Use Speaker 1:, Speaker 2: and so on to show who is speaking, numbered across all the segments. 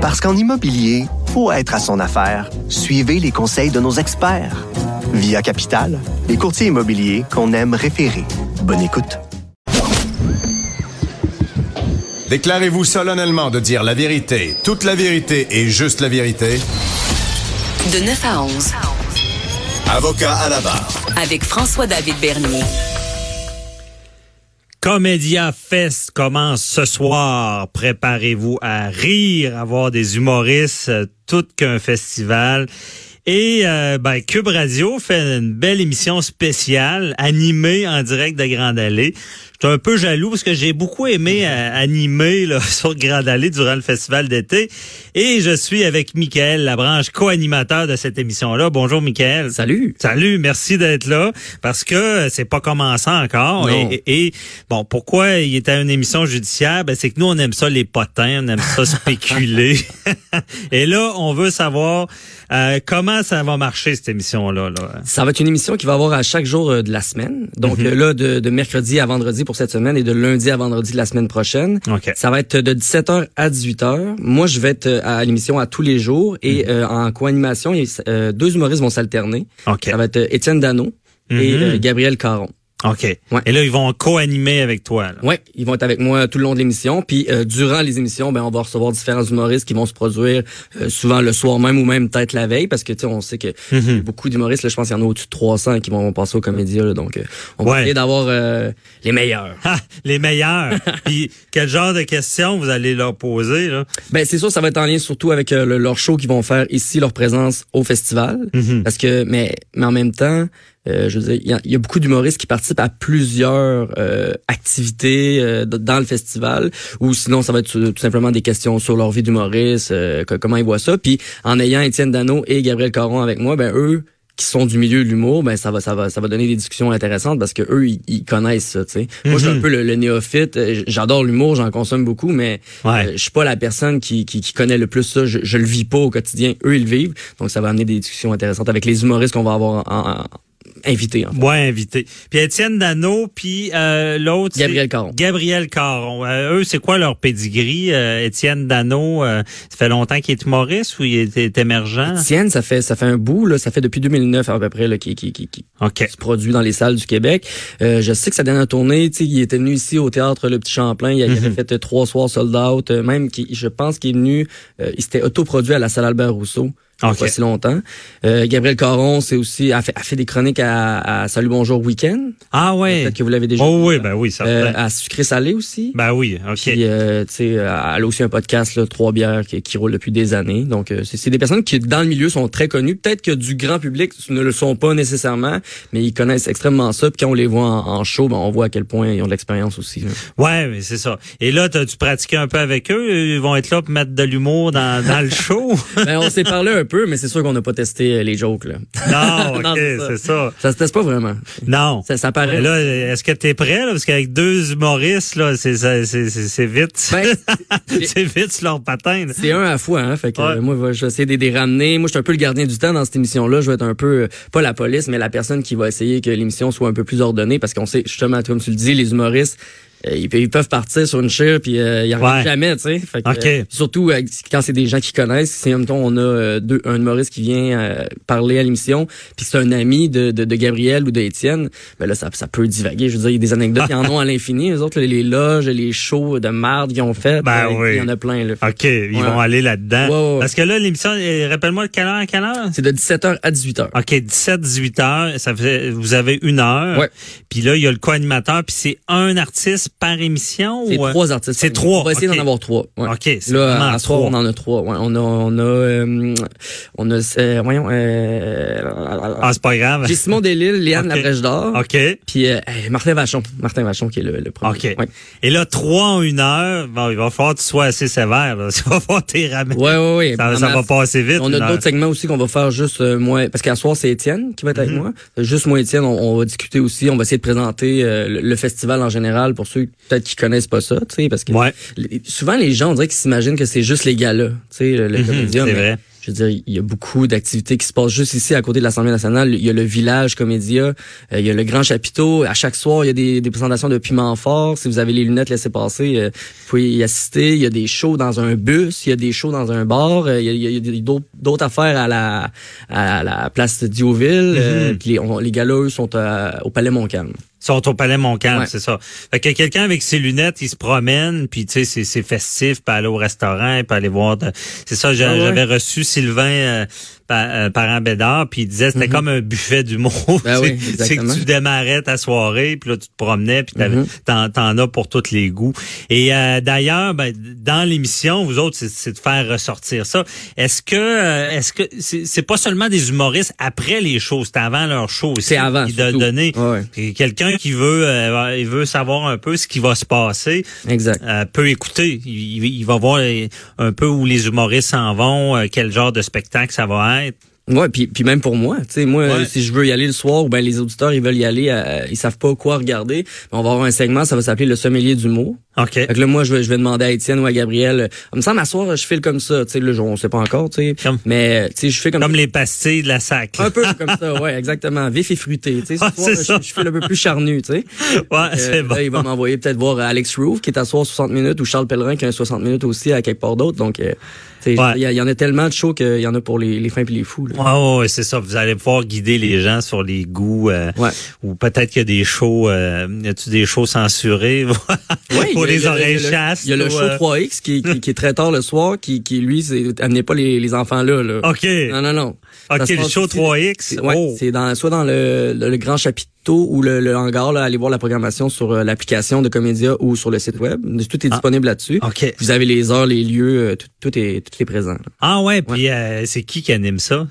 Speaker 1: Parce qu'en immobilier, faut être à son affaire. Suivez les conseils de nos experts. Via Capital, les courtiers immobiliers qu'on aime référer. Bonne écoute.
Speaker 2: Déclarez-vous solennellement de dire la vérité, toute la vérité et juste la vérité.
Speaker 3: De 9 à 11,
Speaker 2: Avocat à la barre.
Speaker 3: avec François-David Bernier.
Speaker 4: Comédia Fest commence ce soir. Préparez-vous à rire, à voir des humoristes, euh, tout qu'un festival. Et euh, ben, Cube Radio fait une belle émission spéciale, animée en direct de Grande Allée. J'étais un peu jaloux parce que j'ai beaucoup aimé euh, animer là, sur Grande Allée durant le festival d'été. Et je suis avec Michael Labranche, co-animateur de cette émission-là. Bonjour Michael.
Speaker 5: Salut.
Speaker 4: Salut, merci d'être là parce que c'est pas commencé encore.
Speaker 5: Non.
Speaker 4: Et, et- et, bon, pourquoi il était à une émission judiciaire Ben, c'est que nous on aime ça les potins, on aime ça spéculer. et là, on veut savoir euh, comment ça va marcher cette émission là. là.
Speaker 5: Ça va être une émission qui va avoir à chaque jour euh, de la semaine. Donc
Speaker 4: Mhm.
Speaker 5: euh, là, de, de mercredi à vendredi pour cette semaine et de lundi à vendredi de la semaine prochaine.
Speaker 4: Ok.
Speaker 5: Ça va être euh, de 17h à 18h. Moi, je vais être euh, à l'émission à tous les jours et
Speaker 4: Mhm.
Speaker 5: euh, en co-animation, il- euh, deux humoristes vont s'alterner.
Speaker 4: Ok.
Speaker 5: Ça va être euh, Étienne Dano et
Speaker 4: Mhm.
Speaker 5: euh, Gabriel Caron.
Speaker 4: Ok.
Speaker 5: Ouais.
Speaker 4: Et là, ils vont co-animer avec toi. là.
Speaker 5: Ouais, ils vont être avec moi tout le long de l'émission. Puis euh, durant les émissions, ben on va recevoir différents humoristes qui vont se produire euh, souvent le soir même ou même peut-être la veille, parce que tu sais, on sait que il y a beaucoup d'humoristes. là, Je pense qu'il y en a au-dessus de 300 qui vont passer au comédien. là. donc, euh, on
Speaker 4: Ouais.
Speaker 5: va essayer d'avoir euh, les meilleurs.
Speaker 4: Ah, les meilleurs. Puis quel genre de questions vous allez leur poser là
Speaker 5: Ben c'est sûr, ça va être en lien surtout avec euh, le- leur show qu'ils vont faire ici, leur présence au festival,
Speaker 4: Mhm.
Speaker 5: parce que mais mais en même temps, euh, je veux dire, il y a- il y, a beaucoup d'humoristes qui participent à plusieurs euh, activités euh, d- dans le festival, ou sinon ça va être tout, tout simplement des questions sur leur vie d'humoriste, euh, co- comment ils voient ça, puis en ayant Étienne Dano et Gabriel Caron avec moi, ben eux qui sont du milieu de l'humour, ben ça va, ça va, ça va donner des discussions intéressantes parce que eux, ils, ils connaissent ça. tu sais. Moi, je suis un peu le, le néophyte. Euh, j- J'adore l'humour, j'en consomme beaucoup, mais
Speaker 4: Ouais.
Speaker 5: euh, je suis pas la personne qui, qui, qui connaît le plus ça. Je, je le vis pas au quotidien. Eux, ils le vivent. Donc, ça va amener des discussions intéressantes avec les humoristes qu'on va avoir en- en- invités. hein. en fait.
Speaker 4: Ouais, invité. Puis Étienne Dano, puis euh, l'autre. c'est-
Speaker 5: Gabriel Caron.
Speaker 4: Gabriel Caron. Euh, eux, c'est quoi leur pedigree? Euh, Étienne Dano, euh, ça fait longtemps qu'il est humoriste ou il est, est émergent?
Speaker 5: Étienne, ça fait ça fait un bout là, ça fait depuis 2009 à peu près là, qui, qui, qui, qui
Speaker 4: OK.
Speaker 5: se produit dans les salles du Québec. Euh, je sais que sa dernière tournée, tu sais, il était venu ici au théâtre Le Petit Champlain, il avait
Speaker 4: Mhm.
Speaker 5: fait euh, trois soirs sold out, euh, même qui, je pense qu'il est venu, euh, il s'était autoproduit à la salle Albert Rousseau. il y a
Speaker 4: Ok.
Speaker 5: Pas si longtemps. Euh, Gabriel Caron, c'est aussi a fait, a fait des chroniques à, à Salut Bonjour Week-end.
Speaker 4: Ah ouais.
Speaker 5: Peut-être que vous l'avez déjà.
Speaker 4: Oh
Speaker 5: vu,
Speaker 4: oui,
Speaker 5: là.
Speaker 4: ben oui, certain.
Speaker 5: Euh, à Sucré Salé aussi.
Speaker 4: ben oui, OK.
Speaker 5: Puis, euh, tu sais, euh, elle a aussi un podcast, là, Trois bières, qui, qui roule depuis des années. Donc, euh, c'est c'est des personnes qui, dans le milieu, sont très connues. Peut-être que du grand public ne le sont pas nécessairement, mais ils connaissent extrêmement ça. Puis quand on les voit en, en show, ben, on voit à quel point ils ont de l'expérience aussi. là.
Speaker 4: Ouais, mais c'est ça. Et là, t'as-tu pratiqué un peu avec eux? Ils vont être là pour mettre de l'humour dans, dans le show?
Speaker 5: Ben, on s'est parlé un peu, mais c'est sûr qu'on n'a pas testé euh, les jokes. Là.
Speaker 4: non, OK,
Speaker 5: Non, c'est ça.
Speaker 4: c'est ça.
Speaker 5: Ça se teste pas vraiment.
Speaker 4: Non.
Speaker 5: Ça, ça paraît.
Speaker 4: Mais Ben Là, est-ce que t'es prêt? Là? Parce qu'avec deux humoristes, là, c'est, ça- c'est, c'est, c'est vite.
Speaker 5: Ben, c'est-
Speaker 4: c'est vite sur leur patin. là.
Speaker 5: C'est un à la fois, hein. Fait que
Speaker 4: Ouais.
Speaker 5: euh, moi, va- je vais essayer de les ramener. Moi, je suis un peu le gardien du temps dans cette émission-là. Je vais être un peu, euh, pas la police, mais la personne qui va essayer que l'émission soit un peu plus ordonnée parce qu'on sait, justement, comme tu le dis, les humoristes, euh, ils, pe- ils peuvent partir sur une chire puis euh, ils reviennent
Speaker 4: Ouais.
Speaker 5: jamais, tu sais. Fait que,
Speaker 4: Ok.
Speaker 5: euh, surtout euh, quand c'est des gens qui connaissent. Si, en même temps, on a euh, deux, un humoriste qui vient euh, parler à l'émission puis c'est un ami de, de, de Gabriel ou d'Étienne, ben là, ça, ça peut divaguer. Je veux dire, il y a des anecdotes, ils en ont à l'infini. Les autres, là, les loges, les shows de marde qu'ils ont fait,
Speaker 4: Ben
Speaker 5: euh,
Speaker 4: oui.
Speaker 5: il y en a plein, là.
Speaker 4: OK, ils
Speaker 5: Ouais.
Speaker 4: vont aller là-dedans.
Speaker 5: Ouais, ouais.
Speaker 4: Parce que là, l'émission, euh, rappelle-moi, quelle heure à quelle heure?
Speaker 5: C'est de 17h à 18h.
Speaker 4: OK, 17-18 heures, ça fait, vous avez une heure.
Speaker 5: Ouais.
Speaker 4: Puis là, il y a le co-animateur, puis c'est un artiste par émission?
Speaker 5: C'est
Speaker 4: ou, euh,
Speaker 5: trois artistes.
Speaker 4: C'est trois,
Speaker 5: On va essayer
Speaker 4: ok.
Speaker 5: d'en avoir trois. ouais.
Speaker 4: OK, c'est vraiment
Speaker 5: Là, à soir,
Speaker 4: trois.
Speaker 5: on en a trois. ouais. On a, on a, euh, on a, euh, voyons, euh,
Speaker 4: Ah, c'est pas grave.
Speaker 5: j'ai Simon Delille, Léane
Speaker 4: Ok.
Speaker 5: Labrèche d'Or,
Speaker 4: OK.
Speaker 5: puis euh, euh, Martin Vachon. Martin Vachon qui est le, le premier.
Speaker 4: OK.
Speaker 5: Ouais.
Speaker 4: Et là, trois en une heure, bon, il va falloir que tu sois assez sévère. Là. Il va falloir que t'y ramènes.
Speaker 5: Ouais, ouais, ouais.
Speaker 4: Ça, ça
Speaker 5: En
Speaker 4: va
Speaker 5: masse.
Speaker 4: passer vite.
Speaker 5: On
Speaker 4: une
Speaker 5: a
Speaker 4: heure.
Speaker 5: d'autres segments aussi qu'on va faire juste euh, moi, parce qu'à soir c'est Étienne
Speaker 4: Mhm.
Speaker 5: qui va être avec moi. Juste moi Étienne, on, on va discuter aussi, on va essayer de présenter euh, le, le festival en général pour ceux ceux peut-être qui connaissent pas ça, tu sais, parce que
Speaker 4: Ouais.
Speaker 5: les- souvent les gens on dirait qu'ils s'imaginent que c'est juste les galas, tu sais, le, le comédia,
Speaker 4: Mhm, c'est
Speaker 5: mais
Speaker 4: vrai.
Speaker 5: Je veux dire, il y a beaucoup d'activités qui se passent juste ici à côté de l'Assemblée nationale. Il y a le village comédia, euh, il y a le grand chapiteau. À chaque soir, il y a des, des présentations de piments forts. Si vous avez les lunettes, laissez passer. euh, vous pouvez y assister. Il y a des shows dans un bus, il y a des shows dans un bar. euh, il y a, il y a- il y a d'autres- d'autres affaires à la, à la place Diouville.
Speaker 4: Mhm.
Speaker 5: euh, puis les, on- les galas, eux, sont à- au Palais Montcalm.
Speaker 4: Ils sont au palais Montcalm,
Speaker 5: Ouais.
Speaker 4: c'est ça. Fait que quelqu'un avec ses lunettes, il se promène, puis tu sais, c'est- c'est festif, puis aller au restaurant, puis aller voir. de- C'est ça, j'a-
Speaker 5: Ah ouais.
Speaker 4: j'avais reçu Sylvain euh, pa- euh, Parent Bédard, puis il disait c'était comme un buffet du monde.
Speaker 5: Mm-hmm. Ben oui,
Speaker 4: c'est que
Speaker 5: exactement.
Speaker 4: tu démarrais ta soirée, puis là tu te promenais, puis t'avais-
Speaker 5: Mhm.
Speaker 4: t'en t'en as pour tous les goûts. Et euh, d'ailleurs, ben, dans l'émission, vous autres, c'est- c'est de faire ressortir ça. Est-ce que euh, est-ce que c'est c'est pas seulement des humoristes après les shows, c'est avant leur show aussi
Speaker 5: C'est avant,
Speaker 4: qu'ils donnent-
Speaker 5: surtout.
Speaker 4: donner.
Speaker 5: Ouais.
Speaker 4: Puis Quelqu'un qui veut, euh, il veut savoir un peu ce qui va se passer,
Speaker 5: Exact.
Speaker 4: euh, peut écouter. Il, il- il va voir euh, un peu où les humoristes s'en vont, euh, quel genre de spectacle ça va être.
Speaker 5: Ouais, puis, puis même pour moi, tu sais, moi,
Speaker 4: Ouais.
Speaker 5: euh, si je veux y aller le soir, ou ben les auditeurs, ils veulent y aller, euh, ils savent pas quoi regarder. Mais on va avoir un segment, ça va s'appeler le sommelier du mot.
Speaker 4: Ok.
Speaker 5: Fait que là, moi, je vais, je vais demander à Étienne ou à Gabriel, euh, il me semble, à soir, je file comme ça, tu sais, là, je- on sait pas encore, tu sais.
Speaker 4: Comme-
Speaker 5: Mais, euh, tu sais, je fais comme,
Speaker 4: Comme les pastilles de la sac. là.
Speaker 5: un peu comme ça, ouais, exactement, vif et fruité, tu sais. Ce
Speaker 4: Ah,
Speaker 5: soir,
Speaker 4: c'est
Speaker 5: je,
Speaker 4: ça.
Speaker 5: je file un peu plus charnu, tu sais.
Speaker 4: Ouais,
Speaker 5: Euh,
Speaker 4: c'est bon.
Speaker 5: Là, il va m'envoyer peut-être voir Alex Roof, qui est à soir 60 minutes, ou Charles Pellerin, qui a un 60 minutes aussi à quelque part d'autre. Donc, euh, tu sais, il
Speaker 4: Ouais.
Speaker 5: y, a- il y en a tellement de shows qu'il y en a pour les, les fins puis les fous, là.
Speaker 4: Ah ouais, c'est ça. Vous allez pouvoir guider les gens sur les goûts. euh,
Speaker 5: Ouais.
Speaker 4: Ou peut-être qu'il y a des shows. Euh, y a-tu des shows censurés pour
Speaker 5: Oui, il y a- il
Speaker 4: les
Speaker 5: y a- il y a
Speaker 4: oreilles
Speaker 5: le-
Speaker 4: chastes?
Speaker 5: Il y a le
Speaker 4: ou,
Speaker 5: show
Speaker 4: euh,
Speaker 5: 3X qui, qui, qui est très tard le soir, qui, qui lui, c'est amenez pas les, les enfants là. là.
Speaker 4: Ok.
Speaker 5: Non, non, non. Ça
Speaker 4: Ok,
Speaker 5: se
Speaker 4: le
Speaker 5: passe
Speaker 4: show
Speaker 5: ici.
Speaker 4: 3X.
Speaker 5: C'est- Ouais,
Speaker 4: oh.
Speaker 5: c'est dans, soit dans le, le, le grand chapiteau ou le, le hangar, là, allez voir la programmation sur euh, l'application de Comédia ou sur le site web. Tout est disponible là-dessus.
Speaker 4: Ah. Ok.
Speaker 5: Vous avez les heures, les lieux, euh, tout, tout est tout est présent. là.
Speaker 4: Ah ouais, puis euh, c'est qui qui anime ça?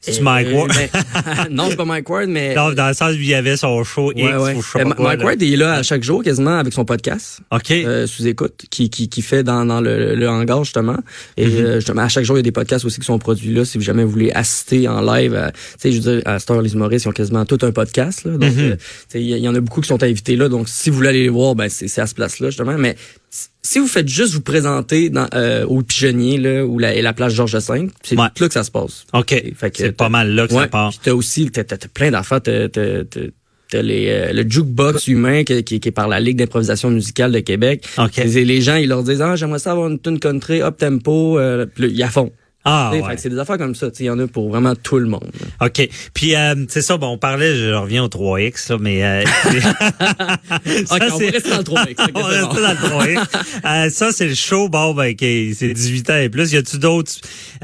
Speaker 4: C'est
Speaker 5: Euh,
Speaker 4: Mike Ward.
Speaker 5: ben, non, c'est pas Mike Ward, mais...
Speaker 4: Non, dans le sens où il y avait son show
Speaker 5: Ouais,
Speaker 4: X
Speaker 5: ouais.
Speaker 4: ou je sais
Speaker 5: Euh,
Speaker 4: pas
Speaker 5: Ma-
Speaker 4: quoi,
Speaker 5: Mike
Speaker 4: là.
Speaker 5: Ward est là à chaque jour quasiment avec son podcast.
Speaker 4: OK.
Speaker 5: euh, sous écoute qui, qui, qui fait dans, dans le, le hangar justement et euh, justement à chaque jour il y a des podcasts aussi qui sont produits là si jamais vous voulez assister en live à- tu sais je veux dire à cette heure les humoristes ils ont quasiment tout un podcast là donc euh, tu sais, il y, a- il y en a beaucoup qui sont invités là donc si vous voulez aller les voir ben c'est c'est à ce place là justement mais si- si vous faites juste vous présenter dans, euh, au pigeonnier là ou la, et la place Georges V c'est
Speaker 4: Ouais.
Speaker 5: tout là que ça se passe
Speaker 4: OK.
Speaker 5: Et- fait que
Speaker 4: C'est
Speaker 5: t'as-
Speaker 4: pas mal là que ça
Speaker 5: ouais,
Speaker 4: part.
Speaker 5: puis t'as aussi t'as, t'as- t'as plein d'affaires. T'as, t'as- t'as- t'as les, euh, le jukebox humain qui, qui, qui est par la Ligue d'improvisation musicale de Québec.
Speaker 4: OK.
Speaker 5: Les, les gens, ils leur disent Ah, j'aimerais ça avoir une tune country, up tempo. Euh, puis là, ils la font.
Speaker 4: Ah,
Speaker 5: Tu sais,
Speaker 4: ouais.
Speaker 5: fait que c'est des affaires comme ça. Tu sais, Il y en a pour vraiment tout le monde.
Speaker 4: OK. Puis, euh, c'est ça, bon, on parlait, je reviens au 3X, là, mais... Euh, c'est- ça,
Speaker 5: OK, on
Speaker 4: c'est- Ah
Speaker 5: va rester dans le 3
Speaker 4: on va rester dans le 3X. Euh, ça, c'est le show, bon, ben, OK, c'est 18 ans et plus. Y a-tu d'autres...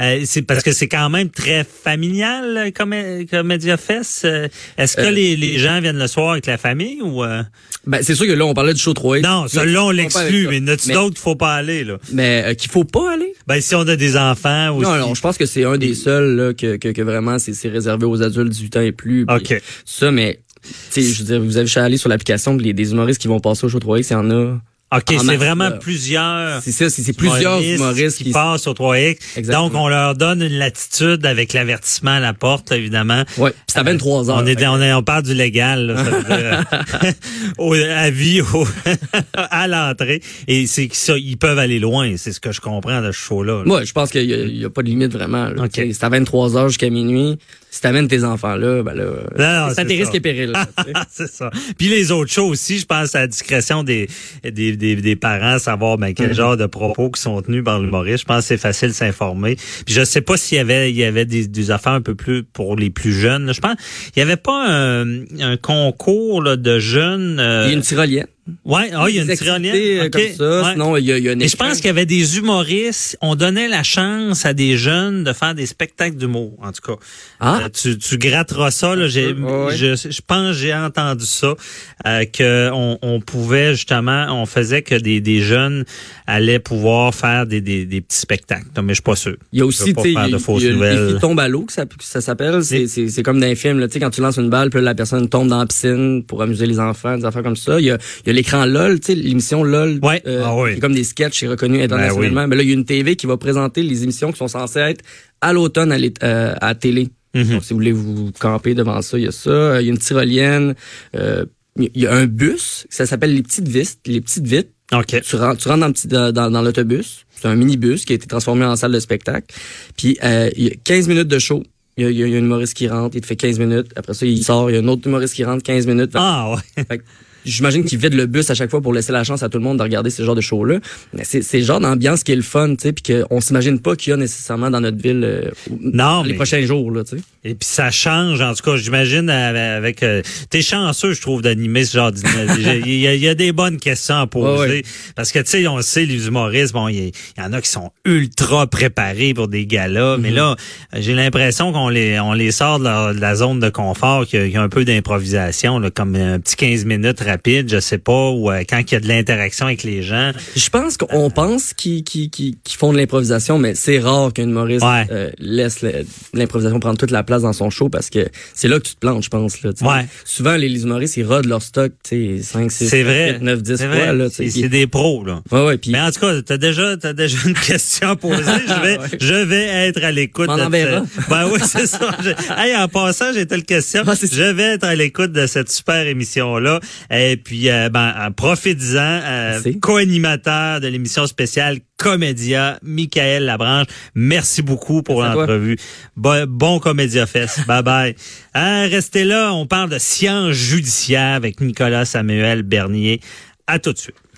Speaker 4: euh, c'est parce que c'est quand même très familial, là, comme, euh, comme Mediafest. Euh, Est-ce que
Speaker 5: Euh,
Speaker 4: les, les gens viennent le soir avec la famille ou... euh?
Speaker 5: ben, c'est sûr que là, on parlait du show 3
Speaker 4: Non, celui-là, on l'exclut, mais n'as-tu
Speaker 5: Mais-
Speaker 4: d'autres qu'il faut pas aller, là?
Speaker 5: Mais euh, qu'il faut pas aller.
Speaker 4: Ben, si on a des enfants aussi.
Speaker 5: Non, non, je pense que c'est un des seuls là, que, que, que vraiment c'est c'est réservé aux adultes 18 ans et plus. puis
Speaker 4: OK.
Speaker 5: Ça, mais tu sais, je veux dire, vous avez juste à aller sur l'application puis les des humoristes qui vont passer au show 3X, il y en a.
Speaker 4: OK,
Speaker 5: en
Speaker 4: c'est
Speaker 5: masse,
Speaker 4: vraiment
Speaker 5: là.
Speaker 4: plusieurs.
Speaker 5: C'est ça, c'est c'est plusieurs humoristes
Speaker 4: Ah. qui,
Speaker 5: qui.
Speaker 4: passent au 3X.
Speaker 5: Exactement.
Speaker 4: Donc, on leur donne une latitude avec l'avertissement à la porte, là, évidemment.
Speaker 5: Ouais, puis c'est à 23 heures.
Speaker 4: Euh, On, est, on, est- on parle du légal, là, ça veut dire, euh, au, à vie, au- à l'entrée. Et c'est que ça, ils peuvent aller loin, c'est ce que je comprends de ce show-là. là.
Speaker 5: Moi, je pense qu'il y a- il y a, pas de limite vraiment. là.
Speaker 4: OK.
Speaker 5: Tu sais, C'est à 23 heures jusqu'à minuit. Si t'amènes tes enfants là, ben là,
Speaker 4: Non, non,
Speaker 5: ça
Speaker 4: c'est
Speaker 5: tes
Speaker 4: ça.
Speaker 5: risques et périls. là, tu sais.
Speaker 4: Ah, c'est ça. Puis les autres shows aussi, je pense à la discrétion des, des, des, des parents, savoir ben,
Speaker 5: Mm.
Speaker 4: quel genre de propos qui sont tenus par l'humoriste. Je pense que c'est facile de s'informer. Puis je sais pas s'il y avait, il y avait des, des affaires un peu plus pour les plus jeunes. là. Je pense il y avait pas un, un concours là, de jeunes. euh,
Speaker 5: Il y a une tyrolienne.
Speaker 4: Ouais, ah, il y a une
Speaker 5: Des
Speaker 4: tyrolienne.
Speaker 5: activités, euh,
Speaker 4: OK.
Speaker 5: Comme ça.
Speaker 4: Ouais.
Speaker 5: Sinon, il y a, il y a une
Speaker 4: Et je pense
Speaker 5: école.
Speaker 4: qu'il y avait des humoristes. On donnait la chance à des jeunes de faire des spectacles d'humour, en tout cas.
Speaker 5: Ah.
Speaker 4: Euh, tu, tu gratteras ça. Là, j'ai,
Speaker 5: Ouais, ouais.
Speaker 4: je, je pense que j'ai entendu ça, euh, que on, on pouvait justement, on faisait que des, des jeunes allaient pouvoir faire des, des, des petits spectacles. Non, mais je suis pas sûr.
Speaker 5: Il y
Speaker 4: Je
Speaker 5: a
Speaker 4: veux
Speaker 5: aussi,
Speaker 4: pas
Speaker 5: tu sais, il y
Speaker 4: faire
Speaker 5: a-
Speaker 4: de
Speaker 5: il
Speaker 4: fausses
Speaker 5: y a le
Speaker 4: nouvelles.
Speaker 5: défi tombe à l'eau que ça, que ça s'appelle. C'est, c'est, c'est comme dans les films, là. Tu sais, quand tu lances une balle, puis là, la personne tombe dans la piscine pour amuser les enfants, des affaires comme ça. Il y a, il y a l'écran LOL, tu sais, l'émission LOL. euh,
Speaker 4: Ouais. Ah oui. Ben
Speaker 5: qui est comme des sketchs, c'est reconnu internationalement. Mais là, il y a une TV qui va présenter les émissions qui sont censées être à l'automne à, l'é- euh,
Speaker 4: Mm-hmm.
Speaker 5: à la télé. Donc, si vous voulez vous camper devant ça, il y a ça. Euh, Il y a une tyrolienne. euh, il y a un bus, ça s'appelle les petites vites, les petites vites.
Speaker 4: OK.
Speaker 5: Tu rentres, tu rentres dans, le petit- dans, dans- dans l'autobus. C'est un minibus qui a été transformé en salle de spectacle. Puis euh, il y a 15 minutes de show. Il y, a, il y a- il y a un humoriste qui rentre, il te fait 15 minutes. Après ça, il sort, il y a un autre humoriste qui rentre, 15 minutes. Fait-
Speaker 4: Ah ouais.
Speaker 5: fait que J'imagine qu'ils vident le bus à chaque fois pour laisser la chance à tout le monde de regarder ce genre de show-là. Mais c'est c'est le genre d'ambiance qui est le fun, tu sais, puis qu'on s'imagine pas qu'il y a nécessairement dans notre ville euh, ou-
Speaker 4: Non,
Speaker 5: dans les
Speaker 4: mais-
Speaker 5: prochains jours, là, tu sais.
Speaker 4: Et puis ça change, en tout cas, j'imagine, euh, avec... euh, T'es chanceux, je trouve, d'animer ce genre d'initiative. Il y, a- il y a des bonnes questions à poser.
Speaker 5: Ouais, ouais.
Speaker 4: Parce que, tu sais, on le sait, les humoristes, bon, il y, il y en a qui sont ultra préparés pour des galas.
Speaker 5: Mhm.
Speaker 4: Mais là, j'ai l'impression qu'on les on les sort de, leur- de la zone de confort, qu'il y, a- qu'il y a un peu d'improvisation, là, comme un petit 15 minutes rapide, je sais pas, ou euh, quand il y a de l'interaction avec les gens.
Speaker 5: Je pense qu'on pense qu'ils qu'ils- qu'ils- qu'ils font de l'improvisation, mais c'est rare qu'un humoriste
Speaker 4: Ouais.
Speaker 5: euh, laisse le- l'improvisation prendre toute la place dans son show parce que c'est là que tu te plantes, je pense. Là, tu sais.
Speaker 4: Ouais.
Speaker 5: Souvent, les, les humoristes, ils rodent leur stock 5, 6,
Speaker 4: C'est
Speaker 5: 7,
Speaker 4: vrai.
Speaker 5: 9, 10
Speaker 4: C'est
Speaker 5: fois.
Speaker 4: vrai.
Speaker 5: Là, tu sais,
Speaker 4: C'est c'est
Speaker 5: puis-
Speaker 4: des pros, là.
Speaker 5: Ouais, ouais, puis
Speaker 4: Mais en tout cas, t'as déjà, t'as déjà une question à poser. Je vais,
Speaker 5: Ouais.
Speaker 4: je vais être à l'écoute.
Speaker 5: M'en
Speaker 4: de
Speaker 5: enverras.
Speaker 4: ce- Ben oui, c'est ça. Je- Hey, en passant, j'ai telle question.
Speaker 5: Ah, c'est-
Speaker 4: je vais être à l'écoute de cette super émission là. Et puis, euh, ben, en profitant, euh,
Speaker 5: Merci.
Speaker 4: co-animateur de l'émission spéciale Comédia, Michael Labranche. Merci beaucoup pour
Speaker 5: Merci à toi.
Speaker 4: l'entrevue. Bon, bon Comédia Fest. bye bye. Hein, restez là. On parle de science judiciaire avec Nicolas Samuel Bernier. À tout de suite.